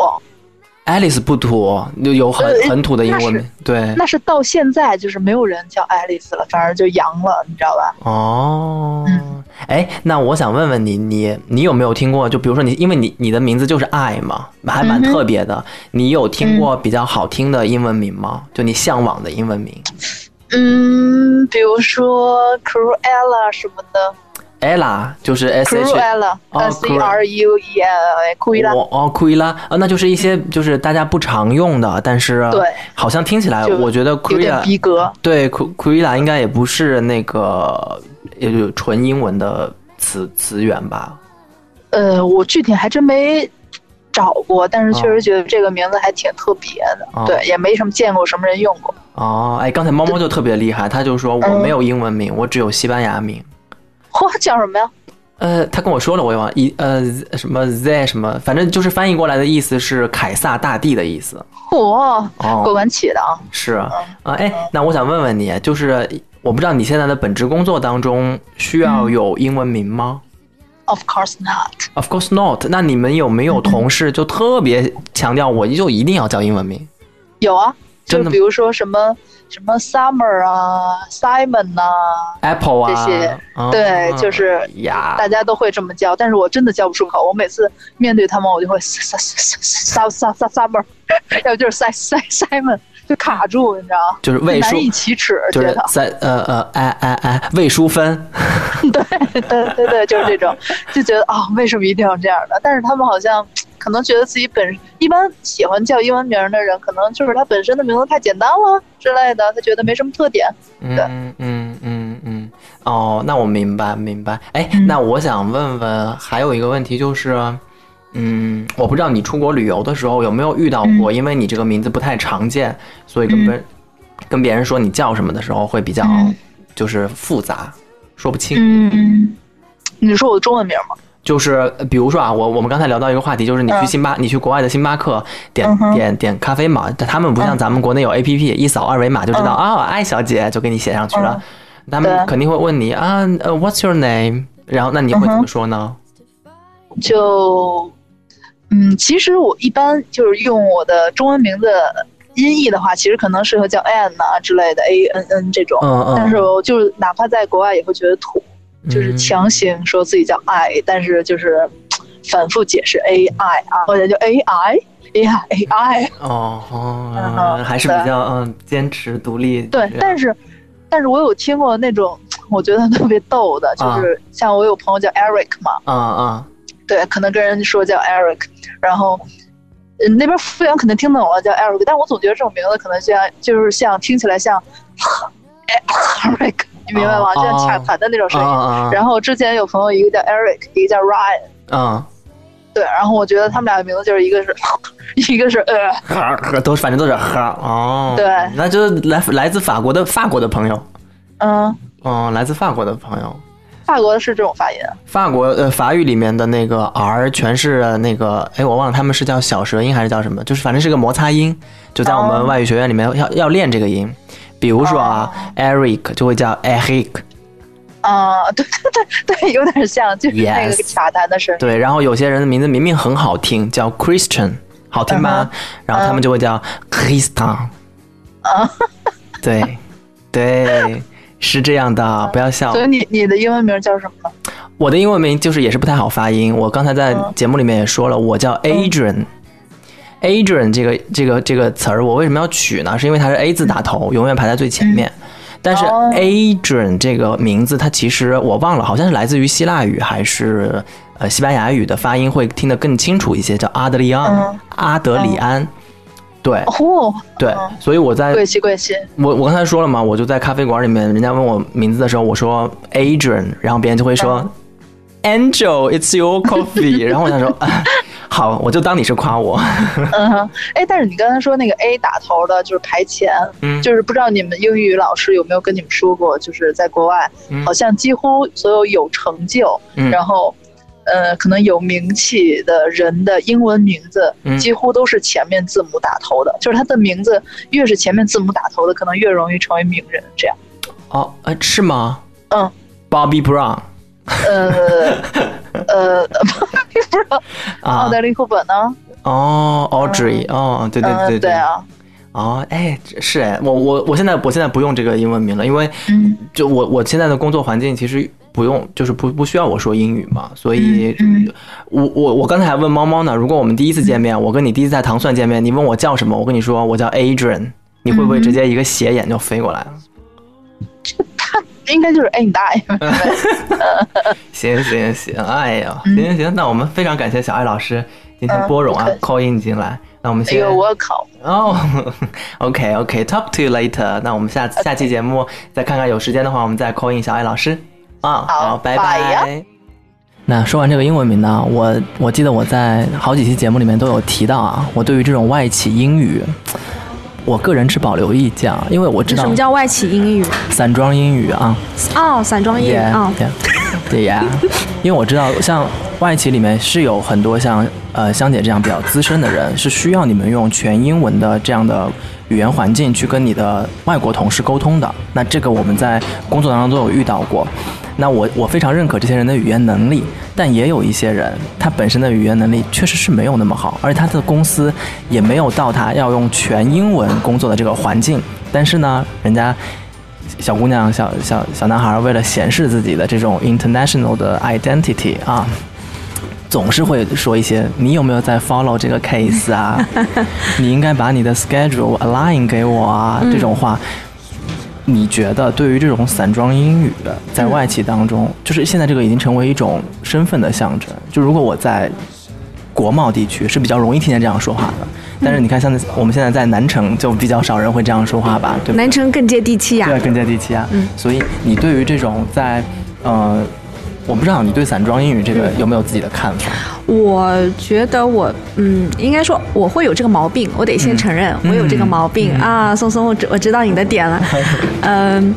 [SPEAKER 4] ，Alice 不土，有有很
[SPEAKER 8] 呃
[SPEAKER 4] 很土的英
[SPEAKER 8] 那
[SPEAKER 4] 文
[SPEAKER 8] 是
[SPEAKER 4] 名，对，
[SPEAKER 8] 那是到现在就是没有人叫爱丽丝了，反而就阳了，你知道吧？
[SPEAKER 4] 哦，
[SPEAKER 8] 嗯
[SPEAKER 4] 哎，那我想问问你，你你有没有听过？就比如说你，因为你你的名字就是爱嘛，还蛮
[SPEAKER 8] 嗯哼嗯
[SPEAKER 4] 特别的。你有听过比较好听的英文名吗？就你向往的英文名
[SPEAKER 8] 嗯，比如说 Cruella 什么的
[SPEAKER 4] ，Ella，就是 S H
[SPEAKER 8] ，Cruella，
[SPEAKER 4] 哦
[SPEAKER 8] 呃，C R U E L L A，Cruella，
[SPEAKER 4] 我哦，库伊拉啊，那就是一些就是大家不常用的，但是
[SPEAKER 8] 对
[SPEAKER 4] 好像听起来
[SPEAKER 8] 就
[SPEAKER 4] 哎我觉得库
[SPEAKER 8] 有
[SPEAKER 4] 伊
[SPEAKER 8] 点
[SPEAKER 4] 拉
[SPEAKER 8] 逼格。
[SPEAKER 4] 对库库伊拉应该也不是那个也就纯英文的词词源吧？
[SPEAKER 8] 呃，我具体还真没找过，但是确
[SPEAKER 4] 哦
[SPEAKER 8] 实觉得这个名字还挺特别的，
[SPEAKER 4] 哦
[SPEAKER 8] 对，也没什么见过什么人用过。
[SPEAKER 4] 哦，哎，刚才猫猫就特别厉害，他就说我
[SPEAKER 8] 嗯
[SPEAKER 4] 没有英文名，我只有西班牙名。
[SPEAKER 8] 嚯，叫什么呀？
[SPEAKER 4] 呃，他跟我说了，我也忘了一呃什么 Z 什么，反正就是翻译过来的意思是凯撒大帝的意思。
[SPEAKER 8] 嚯
[SPEAKER 4] 哦，
[SPEAKER 8] 果敢起的啊！
[SPEAKER 4] 是啊，啊哎，那我想问问你，就是我不知道你现在的本职工作当中需要
[SPEAKER 8] 嗯
[SPEAKER 4] 有英文名吗、
[SPEAKER 8] Of course not。
[SPEAKER 4] o f course not。那你们有
[SPEAKER 8] 嗯
[SPEAKER 4] 没有同事就特别强调我就一定要叫英文名？
[SPEAKER 8] 有啊，
[SPEAKER 4] 真
[SPEAKER 8] 就
[SPEAKER 4] 的吗
[SPEAKER 8] 比如说什么什么 Summer 啊，Simon 呐、
[SPEAKER 4] Apple
[SPEAKER 8] 这
[SPEAKER 4] 啊
[SPEAKER 8] 些，
[SPEAKER 4] 啊
[SPEAKER 8] 对，就是
[SPEAKER 4] 呀
[SPEAKER 8] 大家都会这么叫，但是我真的叫不出口。我每次面对他们，我就会 Sa- Sa- Sa- Sa- Sa- Summer，要不 就是 Sa- Sa- Simon，就卡住，你知道吗？
[SPEAKER 4] 就是魏
[SPEAKER 8] 难
[SPEAKER 4] 淑
[SPEAKER 8] 以启齿，
[SPEAKER 4] 就
[SPEAKER 8] 觉
[SPEAKER 4] 是
[SPEAKER 8] 得
[SPEAKER 4] 在呃呃哎哎哎魏淑芬，
[SPEAKER 8] 对对对，就是这种，就觉得啊、为什么一定要这样的？但是他们好像可能觉得自己本一般喜欢叫英文名的人，可能就是他本身的名字太简单了之类的，他觉得没什么特点。
[SPEAKER 4] 嗯嗯嗯嗯，哦，那我明白明白。哎，
[SPEAKER 8] 嗯
[SPEAKER 4] 那我想问问，还有一个问题就是，嗯，我不知道你出国旅游的时候有没有遇到
[SPEAKER 8] 嗯
[SPEAKER 4] 过，因为你这个名字不太常见，所以跟别人、跟别人说你叫什么的时候会比较
[SPEAKER 8] 嗯
[SPEAKER 4] 就是复杂，说不清。
[SPEAKER 8] 嗯，你说我的中文名吗？
[SPEAKER 4] 就是呃比如说啊，我我们刚才聊到一个话题，就是你去
[SPEAKER 8] 嗯
[SPEAKER 4] 星巴，你去国外的星巴克点、点点咖啡嘛，但他们不
[SPEAKER 8] 嗯
[SPEAKER 4] 像咱们国内有 A P P，、一扫二维码就知道啊、艾小姐就给你写上去了，他们
[SPEAKER 8] 嗯对
[SPEAKER 4] 肯定会问你啊，呃，What's your name？然后那你会
[SPEAKER 8] 嗯
[SPEAKER 4] 怎么说呢？
[SPEAKER 8] 就，嗯，其实我一般就是用我的中文名字音译的话，其实可能适合叫 Ann 啊之类的 A N N 这种。
[SPEAKER 4] 嗯嗯
[SPEAKER 8] 哦但是我就是哪怕在国外也会觉得土，就是强行说自己
[SPEAKER 4] 嗯
[SPEAKER 8] 叫 I，、但是就是反复解释 A I 啊，或者就 A I A I A I。
[SPEAKER 4] 哦哦、
[SPEAKER 8] 嗯
[SPEAKER 4] 还是比较嗯坚持独立。
[SPEAKER 8] 对，但是，但是我有听过那种我觉得特别逗的，就
[SPEAKER 4] 啊
[SPEAKER 8] 是像我有朋友叫 Eric 嘛，
[SPEAKER 4] 啊啊
[SPEAKER 8] 对，可能跟人说叫 Eric，然后。嗯，那边服务员肯定听懂了，叫 Eric，但我总觉得这种名字可能像就是像听起来像 Eric，你明白吗？
[SPEAKER 4] 哦
[SPEAKER 8] 就像卡痰的那种声音。
[SPEAKER 4] 哦哦哦
[SPEAKER 8] 然后之前有朋友一个叫 Eric，一个叫 Ryan，
[SPEAKER 4] 嗯，
[SPEAKER 8] 对，然后我觉得他们俩的名字就是一个是 一个是呃，
[SPEAKER 4] 哈哈，都反正都是哈哦。
[SPEAKER 8] 对
[SPEAKER 4] 那就是来来自法国的法国的朋友，
[SPEAKER 8] 嗯，
[SPEAKER 4] 嗯、来自法国的朋友。
[SPEAKER 8] 法国的是这种发音，
[SPEAKER 4] 法国呃法语里面的那个 r 全是那个哎，我忘了他们是叫小舌音还是叫什么，就是反正是个摩擦音，就在我们外语学院里面要、要练这个音。比如说啊、e r i c 就会叫 Eric，
[SPEAKER 8] 啊、对对对对，有点像，就是那个
[SPEAKER 4] Yes
[SPEAKER 8] 卡痰的声音。
[SPEAKER 4] 对，然后有些人的名字明明很好听，叫 Christian，好听吧然后他们就会叫 Christian，、
[SPEAKER 8] 啊，
[SPEAKER 4] 对，对，
[SPEAKER 3] 是这样的，不要笑。
[SPEAKER 8] 所以你你的英文名叫什么？
[SPEAKER 3] 我的英文名就是也是不太好发音，我刚才在节目里面也说了，我叫 Adrian。Adrian 这个这个这个词儿，我为什么要取呢？是因为它是 A 字打头，永远排在最前面。但是 Adrian 这个名字，它其实我忘了，好像是来自于希腊语还是呃西班牙语的发音，会听得更清楚一些，叫阿德里安
[SPEAKER 8] 嗯，
[SPEAKER 3] 阿德里安。对，
[SPEAKER 8] 哦，
[SPEAKER 3] 对，所以我
[SPEAKER 4] 呃
[SPEAKER 3] 在
[SPEAKER 8] 贵气贵气。
[SPEAKER 3] 我我刚才说了嘛，我就在咖啡馆里面，人家问我名字的时候，我说 Adrian，然后别人就会说
[SPEAKER 8] 啊
[SPEAKER 3] Angel，It's your coffee，然后我 想说，啊好，我就当你是夸我。
[SPEAKER 8] 嗯哼，哎，但是你刚才说那个 A 打头的，就是排前，
[SPEAKER 3] 嗯
[SPEAKER 8] 就是不知道你们英语老师有没有跟你们说过，就是在国外，
[SPEAKER 3] 嗯
[SPEAKER 8] 好像几乎所有有成就，
[SPEAKER 3] 嗯
[SPEAKER 8] 然后，呃，可能有名气的人的英文名字，
[SPEAKER 3] 嗯
[SPEAKER 8] 几乎都是前面字母打头的，就是他的名字越是前面字母打头的，可能越容易成为名人，这样。
[SPEAKER 3] 哦，呃，是吗？
[SPEAKER 8] 嗯
[SPEAKER 3] ，Bobby Brown
[SPEAKER 8] 呃呃，不知道
[SPEAKER 3] 啊
[SPEAKER 8] 奥黛丽·赫本呢？
[SPEAKER 3] 哦，Audrey，哦，对对
[SPEAKER 8] 嗯
[SPEAKER 3] 对
[SPEAKER 8] 对啊，
[SPEAKER 3] 哦，哎，这是哎，我我我现在我现在不用这个英文名了，因为
[SPEAKER 8] 嗯
[SPEAKER 3] 就我我现在的工作环境其实不用，就是不不需要我说英语嘛，所以，
[SPEAKER 8] 嗯
[SPEAKER 3] 嗯我我我刚才还问猫猫呢，如果我们第一次见面，我跟你第一次在糖蒜见面，你问我叫什么，我跟你说我叫 Adrian，你会不会
[SPEAKER 8] 嗯
[SPEAKER 3] 直接一个斜眼就飞过来了？
[SPEAKER 8] 应该就是哎你大爷，
[SPEAKER 3] 行行行，哎呀，行行，那我们非常感谢小艾老师今天
[SPEAKER 8] 嗯
[SPEAKER 3] 拨冗啊
[SPEAKER 8] 不客气
[SPEAKER 3] ，call in 进来，那我们
[SPEAKER 8] 哎
[SPEAKER 3] 先
[SPEAKER 8] 呦我靠，
[SPEAKER 3] 哦、o k OK，talk、to you later。那我们下次下期节目再看看，有时间的话我们再 call in 小艾老师啊。好，拜拜。
[SPEAKER 4] 那说完这个英文名呢，我我记得我在好几期节目里面都有提到啊，我对于这种外企英语，我个人持保留意见啊，因为我知道
[SPEAKER 5] 什么叫外企英语？
[SPEAKER 4] 散装英语啊，
[SPEAKER 5] 哦，散装英语
[SPEAKER 4] 对
[SPEAKER 5] 哦，
[SPEAKER 4] 对呀， 因为我知道像外企里面是有很多像呃香姐这样比较资深的人，是需要你们用全英文的这样的语言环境去跟你的外国同事沟通的。那这个我们在工作当中都有遇到过。那我我非常认可这些人的语言能力，但也有一些人他本身的语言能力确实是没有那么好，而且他的公司也没有到他要用全英文工作的这个环境。但是呢，人家小姑娘、小小小男孩为了显示自己的这种 international 的 identity 啊，总是会说一些“你有没有在 follow 这个 case 啊？你应该把你的 schedule align 给我啊”
[SPEAKER 9] 嗯
[SPEAKER 4] 这种话。你觉得对于这种散装英语在外企当中，
[SPEAKER 5] 嗯
[SPEAKER 4] 就是现在这个已经成为一种身份的象征。就如果我在国贸地区是比较容易听见这样说话的，但是你看，像我们现在在南城就比较少人会这样说话吧，对不对？
[SPEAKER 5] 南城更接地气呀、
[SPEAKER 4] 对，更接地气啊。
[SPEAKER 5] 嗯
[SPEAKER 4] 所以你对于这种在，呃，我不知道你对散装英语这个有没有自己的看法？
[SPEAKER 5] 我觉得我嗯，应该说我会有这个毛病，我得先承认、我有这个毛
[SPEAKER 4] 嗯
[SPEAKER 5] 病、啊，松松，我知我知道你的 点了，嗯。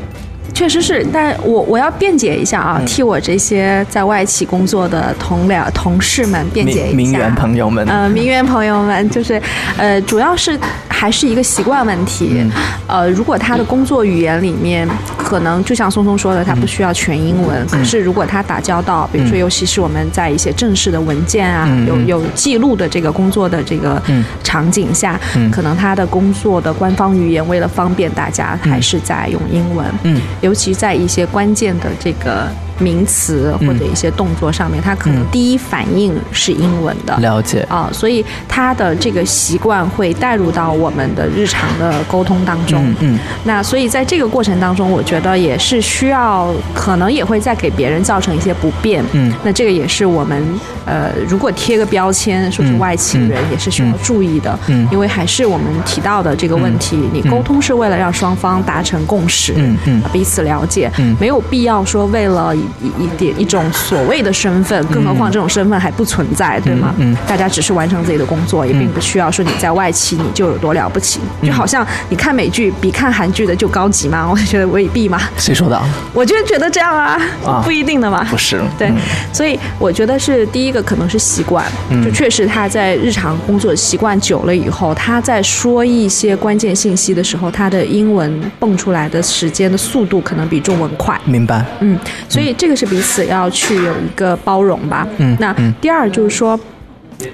[SPEAKER 5] 确实是，但我我要辩解一下啊，
[SPEAKER 4] 嗯
[SPEAKER 5] 替我这些在外企工作的同僚同事们辩嗯解一下。
[SPEAKER 4] 名名媛朋友们，
[SPEAKER 1] 嗯
[SPEAKER 5] 呃，名媛朋友们，就是呃，主要是还是一个习惯问题。
[SPEAKER 1] 嗯
[SPEAKER 5] 呃，如果他的工作语言里面，可能就像松松说的，他不需要全英文。可是如果他打交道，比如说，
[SPEAKER 1] 嗯
[SPEAKER 5] 尤其是我们在一些正式的文件啊，
[SPEAKER 1] 嗯嗯
[SPEAKER 5] 有有记录的这个工作的这个
[SPEAKER 1] 嗯
[SPEAKER 5] 场景下，
[SPEAKER 1] 嗯
[SPEAKER 5] 可能他的工作的官方语言为了方便大家，
[SPEAKER 1] 嗯
[SPEAKER 5] 还是在用英文。
[SPEAKER 1] 嗯
[SPEAKER 5] 尤其在一些关键的这个名词或者
[SPEAKER 1] 嗯
[SPEAKER 5] 一些动作上面，他可能
[SPEAKER 1] 嗯
[SPEAKER 5] 第一反应是英文的。
[SPEAKER 4] 了解
[SPEAKER 5] 啊、所以他的这个习惯会带入到我们的日常的沟通当中。
[SPEAKER 4] 嗯嗯
[SPEAKER 5] 那所以在这个过程当中，我觉得也是需要，可能也会再给别人造成一些不便。
[SPEAKER 1] 嗯
[SPEAKER 5] 那这个也是我们呃，如果贴个标签说是
[SPEAKER 1] 嗯
[SPEAKER 5] 外企人
[SPEAKER 1] 嗯，
[SPEAKER 5] 也是需要注意的。
[SPEAKER 1] 嗯
[SPEAKER 5] 因为还是我们提到的这个问题，你沟通是为了让双方达成共识，
[SPEAKER 1] 嗯嗯
[SPEAKER 5] 彼此了解，
[SPEAKER 1] 嗯
[SPEAKER 5] 没有必要说为了一一一点一种所谓的身份，更何况这种身份还不存在，对吗？
[SPEAKER 1] 嗯嗯
[SPEAKER 5] 大家只是完成自己的工作，也并不需要说你在外企你就有多了不起，就好像你看美剧比看韩剧的就高级吗？我觉得未必嘛，
[SPEAKER 4] 谁说的？
[SPEAKER 5] 我就觉得这样啊，
[SPEAKER 4] 啊
[SPEAKER 5] 不一定的嘛，
[SPEAKER 4] 不是
[SPEAKER 5] 对
[SPEAKER 4] 嗯，
[SPEAKER 5] 所以我觉得是第一个可能是习惯，
[SPEAKER 4] 嗯
[SPEAKER 5] 就确实他在日常工作习惯久了以后，他在说一些关键信息的时候，他的英文蹦出来的时间的速度可能比中文快。
[SPEAKER 4] 明白。
[SPEAKER 5] 嗯，所以这个是彼此要去有一个包容吧。
[SPEAKER 4] 嗯
[SPEAKER 5] 那
[SPEAKER 4] 嗯
[SPEAKER 5] 第二就是说，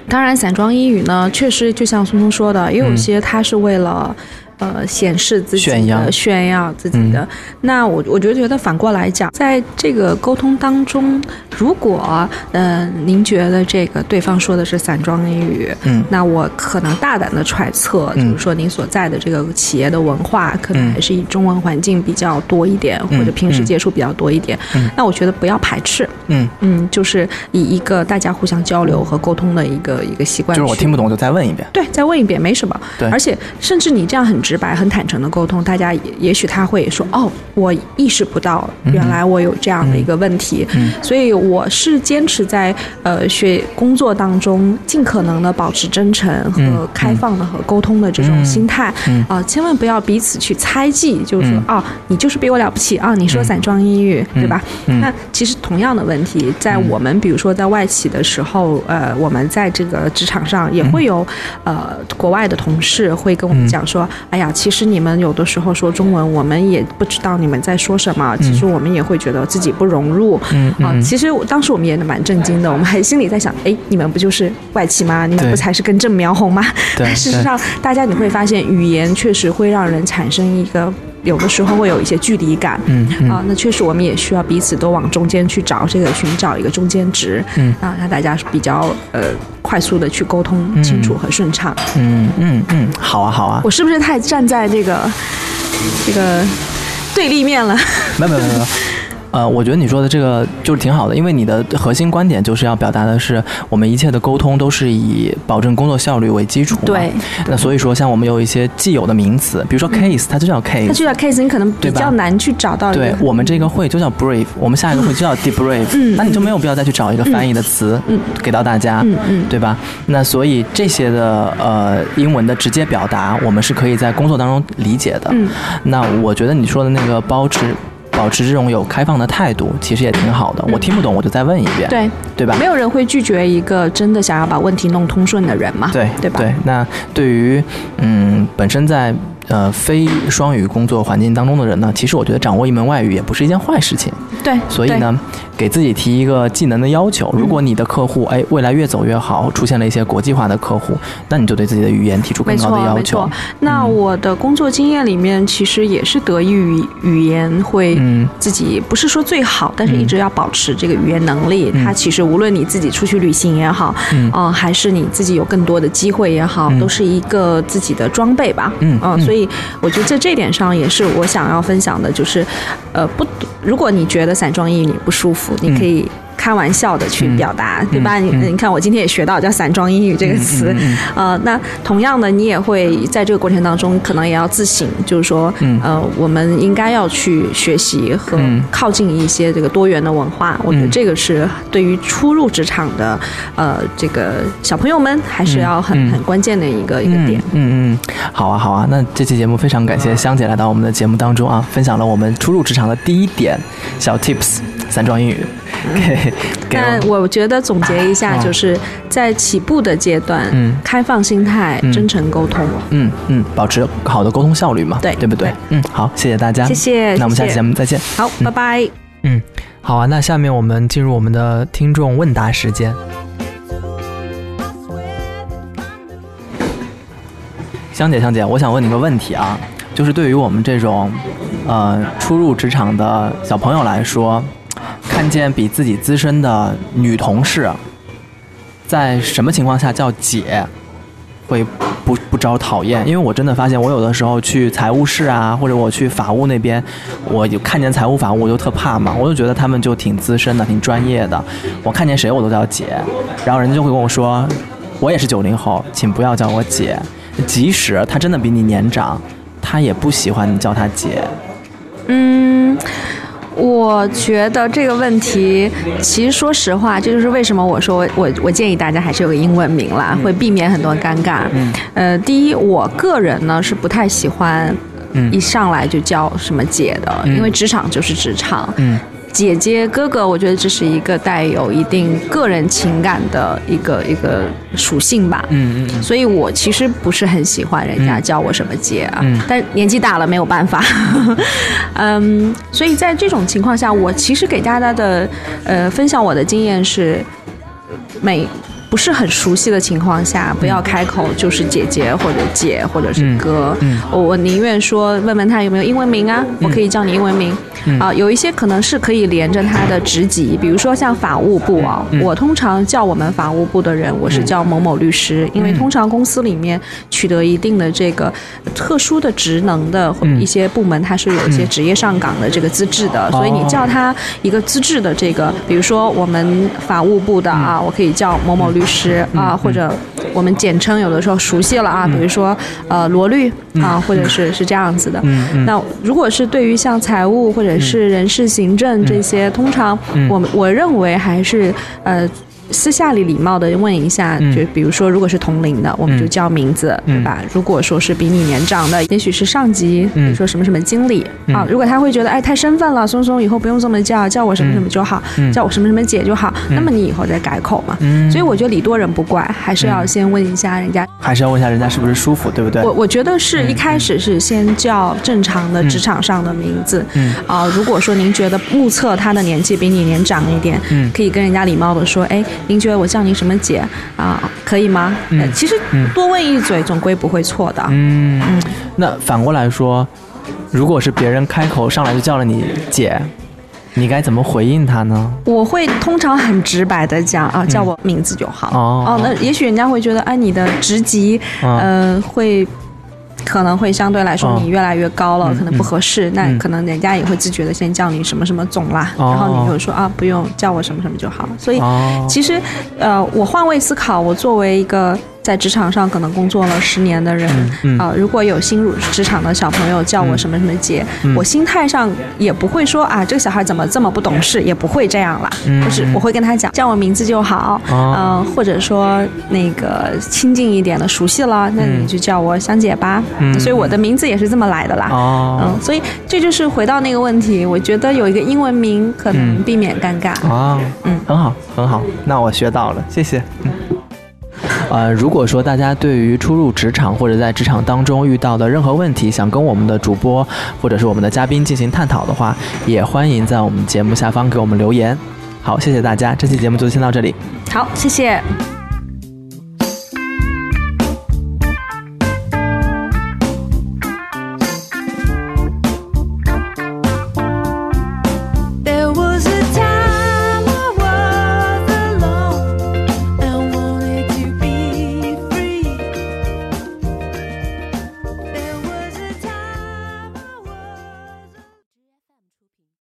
[SPEAKER 5] 当然散装英语呢，确实就像松松说的，也有
[SPEAKER 1] 嗯
[SPEAKER 5] 些它是为了。呃显示自己
[SPEAKER 4] 炫耀嗯
[SPEAKER 5] 的炫耀自己的。那我我就觉得反过来讲，在这个沟通当中，如果呃您觉得这个对方说的是散装英语，
[SPEAKER 4] 嗯
[SPEAKER 5] 那我可能大胆的揣测，就
[SPEAKER 4] 嗯
[SPEAKER 5] 是说您所在的这个企业的文化可能
[SPEAKER 4] 嗯
[SPEAKER 5] 还是以中文环境比较多一点，
[SPEAKER 4] 嗯
[SPEAKER 5] 或者平时
[SPEAKER 4] 嗯
[SPEAKER 5] 接触比较多一点。
[SPEAKER 4] 嗯
[SPEAKER 5] 那我觉得不要排斥。
[SPEAKER 4] 嗯，
[SPEAKER 5] 嗯，就是以一个大家互相交流和沟通的一个一个习惯
[SPEAKER 4] 嗯就
[SPEAKER 5] 去。
[SPEAKER 4] 是我听不懂我就再问一遍。
[SPEAKER 5] 对，再问一遍没什么。
[SPEAKER 4] 对
[SPEAKER 5] 而且甚至你这样很直白、很坦诚的沟通，大家也也许他会说：“哦，我意识不到，
[SPEAKER 4] 嗯
[SPEAKER 5] 原来我有这样的一个问题。
[SPEAKER 4] 嗯
[SPEAKER 5] 所以我是坚持在呃学工作当中，尽可能的保持真诚
[SPEAKER 4] 嗯
[SPEAKER 5] 和开放的和沟通的这种心态啊、
[SPEAKER 4] 嗯
[SPEAKER 5] 千万不要彼此去猜忌，就是说、
[SPEAKER 4] 嗯
[SPEAKER 5] 哦，你就是比我了不起啊、你说散装英语、
[SPEAKER 4] 嗯
[SPEAKER 5] 对吧？
[SPEAKER 4] 嗯
[SPEAKER 5] 那其实同样的问题，在
[SPEAKER 4] 嗯
[SPEAKER 5] 我们比如说在外企的时候，呃，我们在这个职场上也会有、
[SPEAKER 4] 嗯
[SPEAKER 5] 呃国外的同事会跟我们讲说，哎呀，其实你们有的时候说中文，我们也不知道你们在说什么，其实我们也会觉得自己不融入。
[SPEAKER 4] 嗯嗯
[SPEAKER 5] 啊、
[SPEAKER 4] 嗯
[SPEAKER 5] 其实我当时我们也蛮震惊的，我们还心里在想，哎，你们不就是外企吗？你们
[SPEAKER 4] 对
[SPEAKER 5] 不才是根正苗红吗？
[SPEAKER 4] 对
[SPEAKER 5] 但事实
[SPEAKER 4] 对
[SPEAKER 5] 上，大家你会发现，语言确实会让人产生一个。有的时候会有一些距离感，
[SPEAKER 4] 嗯嗯
[SPEAKER 5] 啊，那确实我们也需要彼此都往中间去找这个寻找一个中间值，
[SPEAKER 4] 嗯
[SPEAKER 5] 啊，让大家比较呃快速的去沟通
[SPEAKER 4] 嗯
[SPEAKER 5] 清楚和顺畅。
[SPEAKER 4] 嗯嗯嗯，好啊好啊
[SPEAKER 5] 我，是不是太站在这个这个对立面了？
[SPEAKER 4] 没有没有没有。呃，我觉得你说的这个就是挺好的，因为你的核心观点就是要表达的是，我们一切的沟通都是以保证工作效率为基础嘛。
[SPEAKER 5] 对嗯
[SPEAKER 4] 那所以说，像我们有一些既有的名词，比如说 case，、它就叫 case。
[SPEAKER 5] 那去了 case，你可能比
[SPEAKER 4] 对吧
[SPEAKER 5] 较难去找到一个
[SPEAKER 4] 对我们这个会就叫 brief，我们下一个会就叫 debrief，、
[SPEAKER 5] 嗯
[SPEAKER 4] 那你就没有必要再去找一个翻译的词、给到大家，
[SPEAKER 5] 嗯嗯
[SPEAKER 4] 对吧？那所以这些的呃英文的直接表达，我们是可以在工作当中理解的。
[SPEAKER 5] 嗯
[SPEAKER 4] 那我觉得你说的那个保持保持这种有开放的态度，其实也挺好的。我听不懂我就再问一遍，
[SPEAKER 5] 嗯对
[SPEAKER 4] 对吧？
[SPEAKER 5] 没有人会拒绝一个真的想要把问题弄通顺的人嘛，
[SPEAKER 4] 对
[SPEAKER 5] 对吧？
[SPEAKER 4] 那对于嗯本身在呃非双语工作环境当中的人呢，其实我觉得掌握一门外语也不是一件坏事情。
[SPEAKER 5] 对嗯
[SPEAKER 4] 所以呢，给自己提一个技能的要求。如果你的客户哎未来越走越好，出现了一些国际化的客户，那你就对自己的语言提出更
[SPEAKER 5] 没
[SPEAKER 4] 高的
[SPEAKER 5] 错，
[SPEAKER 4] 要
[SPEAKER 5] 没
[SPEAKER 4] 求
[SPEAKER 5] 错。。那
[SPEAKER 4] 嗯
[SPEAKER 5] 我的工作经验里面，其实也是德语语语言会
[SPEAKER 4] 嗯
[SPEAKER 5] 自己不是说最好，但是一直要保持这个语言能力。
[SPEAKER 4] 嗯
[SPEAKER 5] 它其实无论你自己出去旅行也好，
[SPEAKER 4] 嗯
[SPEAKER 5] 呃还是你自己有更多的机会也好，
[SPEAKER 4] 嗯
[SPEAKER 5] 都是一个自己的装备吧。
[SPEAKER 4] 嗯
[SPEAKER 5] 呃
[SPEAKER 4] 嗯
[SPEAKER 5] 所以我觉得在这点上也是我想要分享的，就是呃不，如果你觉得散装英语你不舒服，你可以。开玩笑的去表达，对吧？
[SPEAKER 4] 嗯
[SPEAKER 5] 你
[SPEAKER 4] 嗯
[SPEAKER 5] 你看，我今天也学到叫“散装英语”这个词，
[SPEAKER 4] 嗯嗯
[SPEAKER 5] 呃，那同样的，你也会在这个过程当中，可能也要自省，就是说，
[SPEAKER 4] 嗯
[SPEAKER 5] 呃，我们应该要去学习和
[SPEAKER 4] 嗯
[SPEAKER 5] 靠近一些这个多元的文化。我觉得
[SPEAKER 4] 嗯
[SPEAKER 5] 这个是对于初入职场的，呃，这个小朋友们还是要很、
[SPEAKER 4] 嗯嗯
[SPEAKER 5] 很关键的一个、一个
[SPEAKER 4] 嗯
[SPEAKER 5] 点。嗯
[SPEAKER 4] 嗯嗯，好啊好啊，那这期节目非常感谢香姐来到我们的节目当中啊，分享了我们初入职场的第一点小 tips，散装英语，给给我
[SPEAKER 5] 但
[SPEAKER 4] 们
[SPEAKER 5] 嗯我觉得总结一下，
[SPEAKER 4] 啊
[SPEAKER 5] 就是在起步的阶段，
[SPEAKER 4] 嗯
[SPEAKER 5] 开放心态，
[SPEAKER 4] 嗯
[SPEAKER 5] 真诚沟通。
[SPEAKER 4] 嗯嗯，保持好的沟通效率嘛，
[SPEAKER 5] 对
[SPEAKER 4] 对不对
[SPEAKER 5] 对？
[SPEAKER 4] 嗯，好，谢谢大家，
[SPEAKER 5] 谢谢
[SPEAKER 4] 那我们下
[SPEAKER 5] 谢
[SPEAKER 4] 期
[SPEAKER 5] 谢
[SPEAKER 4] 节目再见。
[SPEAKER 5] 好，拜拜。
[SPEAKER 3] 嗯，好啊，那下面我们进入我们的听众问答时间。
[SPEAKER 4] 香姐，香姐，我想问你个问题啊，就是对于我们这种，呃，初入职场的小朋友来说，看见比自己资深的女同事，在什么情况下叫姐，会不不招讨厌？因为我真的发现，我有的时候去财务室啊，或者我去法务那边，我就看见财务法务我就特怕嘛，我就觉得他们就挺资深的，挺专业的，我看见谁我都叫姐，然后人家就会跟我说，我也是九零后，请不要叫我姐，即使他真的比你年长，他也不喜欢你叫他姐。
[SPEAKER 5] 嗯，我觉得这个问题，其实说实话，这就是为什么我说我我建议大家还是有个英文名啦，会避免很多尴尬。
[SPEAKER 4] 嗯，
[SPEAKER 5] 呃，第一，我个人呢是不太喜欢
[SPEAKER 4] 嗯
[SPEAKER 5] 一上来就叫什么姐的，
[SPEAKER 4] 嗯
[SPEAKER 5] 因为职场就是职场。
[SPEAKER 4] 嗯
[SPEAKER 5] 姐姐、哥哥，我觉得这是一个带有一定个人情感的一个一个属性吧。
[SPEAKER 4] 嗯嗯
[SPEAKER 5] 所以我其实不是很喜欢人家
[SPEAKER 4] 嗯
[SPEAKER 5] 叫我什么姐啊，
[SPEAKER 4] 嗯
[SPEAKER 5] 但年纪大了没有办法。 嗯，所以在这种情况下，我其实给大家的呃分享我的经验是，每不是很熟悉的情况下，不要开口就是姐姐或者姐或者是哥。
[SPEAKER 1] 嗯
[SPEAKER 5] 我我宁愿说问问他有没有英文名啊，我可以叫你英文名。
[SPEAKER 1] 嗯
[SPEAKER 5] 啊、有一些可能是可以连着他的职级，比如说像法务部啊、
[SPEAKER 1] 嗯
[SPEAKER 5] 我通常叫我们法务部的人，我是叫某某律师，因为
[SPEAKER 1] 嗯
[SPEAKER 5] 通常公司里面取得一定的这个特殊的职能的或一些部门，它是有一些
[SPEAKER 1] 嗯
[SPEAKER 5] 职业上岗的这个资质的，所以你
[SPEAKER 1] 哦
[SPEAKER 5] 叫他一个资质的这个，比如说我们法务部的啊，我可以叫某某律师啊，或者我们简称有的时候熟悉了啊，比如说呃罗律啊，或者是是这样子的
[SPEAKER 1] 嗯。嗯
[SPEAKER 5] 那如果是对于像财务或者是人事行政这些，通常
[SPEAKER 1] 嗯
[SPEAKER 5] 我们我认为还是呃。私下里礼貌的问一下，
[SPEAKER 1] 嗯
[SPEAKER 5] 就比如说，如果是同龄的，我们就叫名字，
[SPEAKER 1] 嗯
[SPEAKER 5] 对吧？如果说是比你年长的，也许是上级，比如说什么什么经理、
[SPEAKER 1] 嗯
[SPEAKER 5] 啊，如果他会觉得，哎，太生分了，松松以后不用这么叫，叫我什么什么就好，
[SPEAKER 1] 嗯
[SPEAKER 5] 叫我什么什么姐就好，
[SPEAKER 1] 嗯
[SPEAKER 5] 那么你以后再改口嘛。
[SPEAKER 1] 嗯
[SPEAKER 5] 所以我觉得礼多人不怪，还是要
[SPEAKER 1] 嗯
[SPEAKER 5] 先问一下人家。
[SPEAKER 4] 还是要问一下人家是不是舒服，对不对？
[SPEAKER 5] 我我觉得是
[SPEAKER 1] 嗯
[SPEAKER 5] 一开始是先叫正常的职场上的名字，
[SPEAKER 4] 嗯
[SPEAKER 5] 啊、如果说您觉得目测他的年纪比你年长一点，
[SPEAKER 1] 嗯
[SPEAKER 5] 可以跟人家礼貌的说，哎，您觉得我叫您什么姐啊、可以吗？
[SPEAKER 4] 嗯
[SPEAKER 5] 呃其实
[SPEAKER 4] 嗯
[SPEAKER 5] 多问一嘴总归不会错的。
[SPEAKER 4] 嗯，那反过来说，如果是别人开口上来就叫了你姐，你该怎么回应他呢？
[SPEAKER 5] 我会通常很直白的讲啊，叫
[SPEAKER 4] 嗯
[SPEAKER 5] 我名字就好。
[SPEAKER 4] 哦
[SPEAKER 5] 那也许人家会觉得，哎，你的职级，
[SPEAKER 4] 嗯
[SPEAKER 5] 呃，会可能会相对来说
[SPEAKER 1] 哦
[SPEAKER 5] 你越来越高了，
[SPEAKER 1] 嗯
[SPEAKER 5] 可能不合适，那可能人家也会自觉的先叫你什么什么总啦，
[SPEAKER 1] 哦
[SPEAKER 5] 然后你就说啊，不用叫我什么什么就好。所以、
[SPEAKER 1] 哦
[SPEAKER 5] 其实，呃，我换位思考，我作为一个。在职场上可能工作了十年的人，啊、
[SPEAKER 1] 嗯嗯
[SPEAKER 5] 如果有新入职场的小朋友叫我什么什么姐，
[SPEAKER 1] 嗯
[SPEAKER 5] 我心态上也不会说啊，这个小孩怎么这么不懂事，也不会这样啦。
[SPEAKER 1] 嗯
[SPEAKER 5] 就是我会跟他讲，叫我名字就好，嗯、
[SPEAKER 1] 哦
[SPEAKER 5] 或者说那个亲近一点的、熟悉了，那你就叫我香姐吧。
[SPEAKER 1] 嗯
[SPEAKER 5] 所以我的名字也是这么来的啦。
[SPEAKER 4] 哦
[SPEAKER 5] 嗯，所以这就是回到那个问题，我觉得有一个英文名可能
[SPEAKER 4] 嗯
[SPEAKER 5] 避免尴尬。
[SPEAKER 4] 啊，
[SPEAKER 5] 嗯，
[SPEAKER 4] 很好，很好，那我学到了，谢谢。嗯呃，如果说大家对于初入职场或者在职场当中遇到的任何问题，想跟我们的主播或者是我们的嘉宾进行探讨的话，也欢迎在我们节目下方给我们留言。好，谢谢大家，这期节目就先到这里。
[SPEAKER 5] 好，谢谢。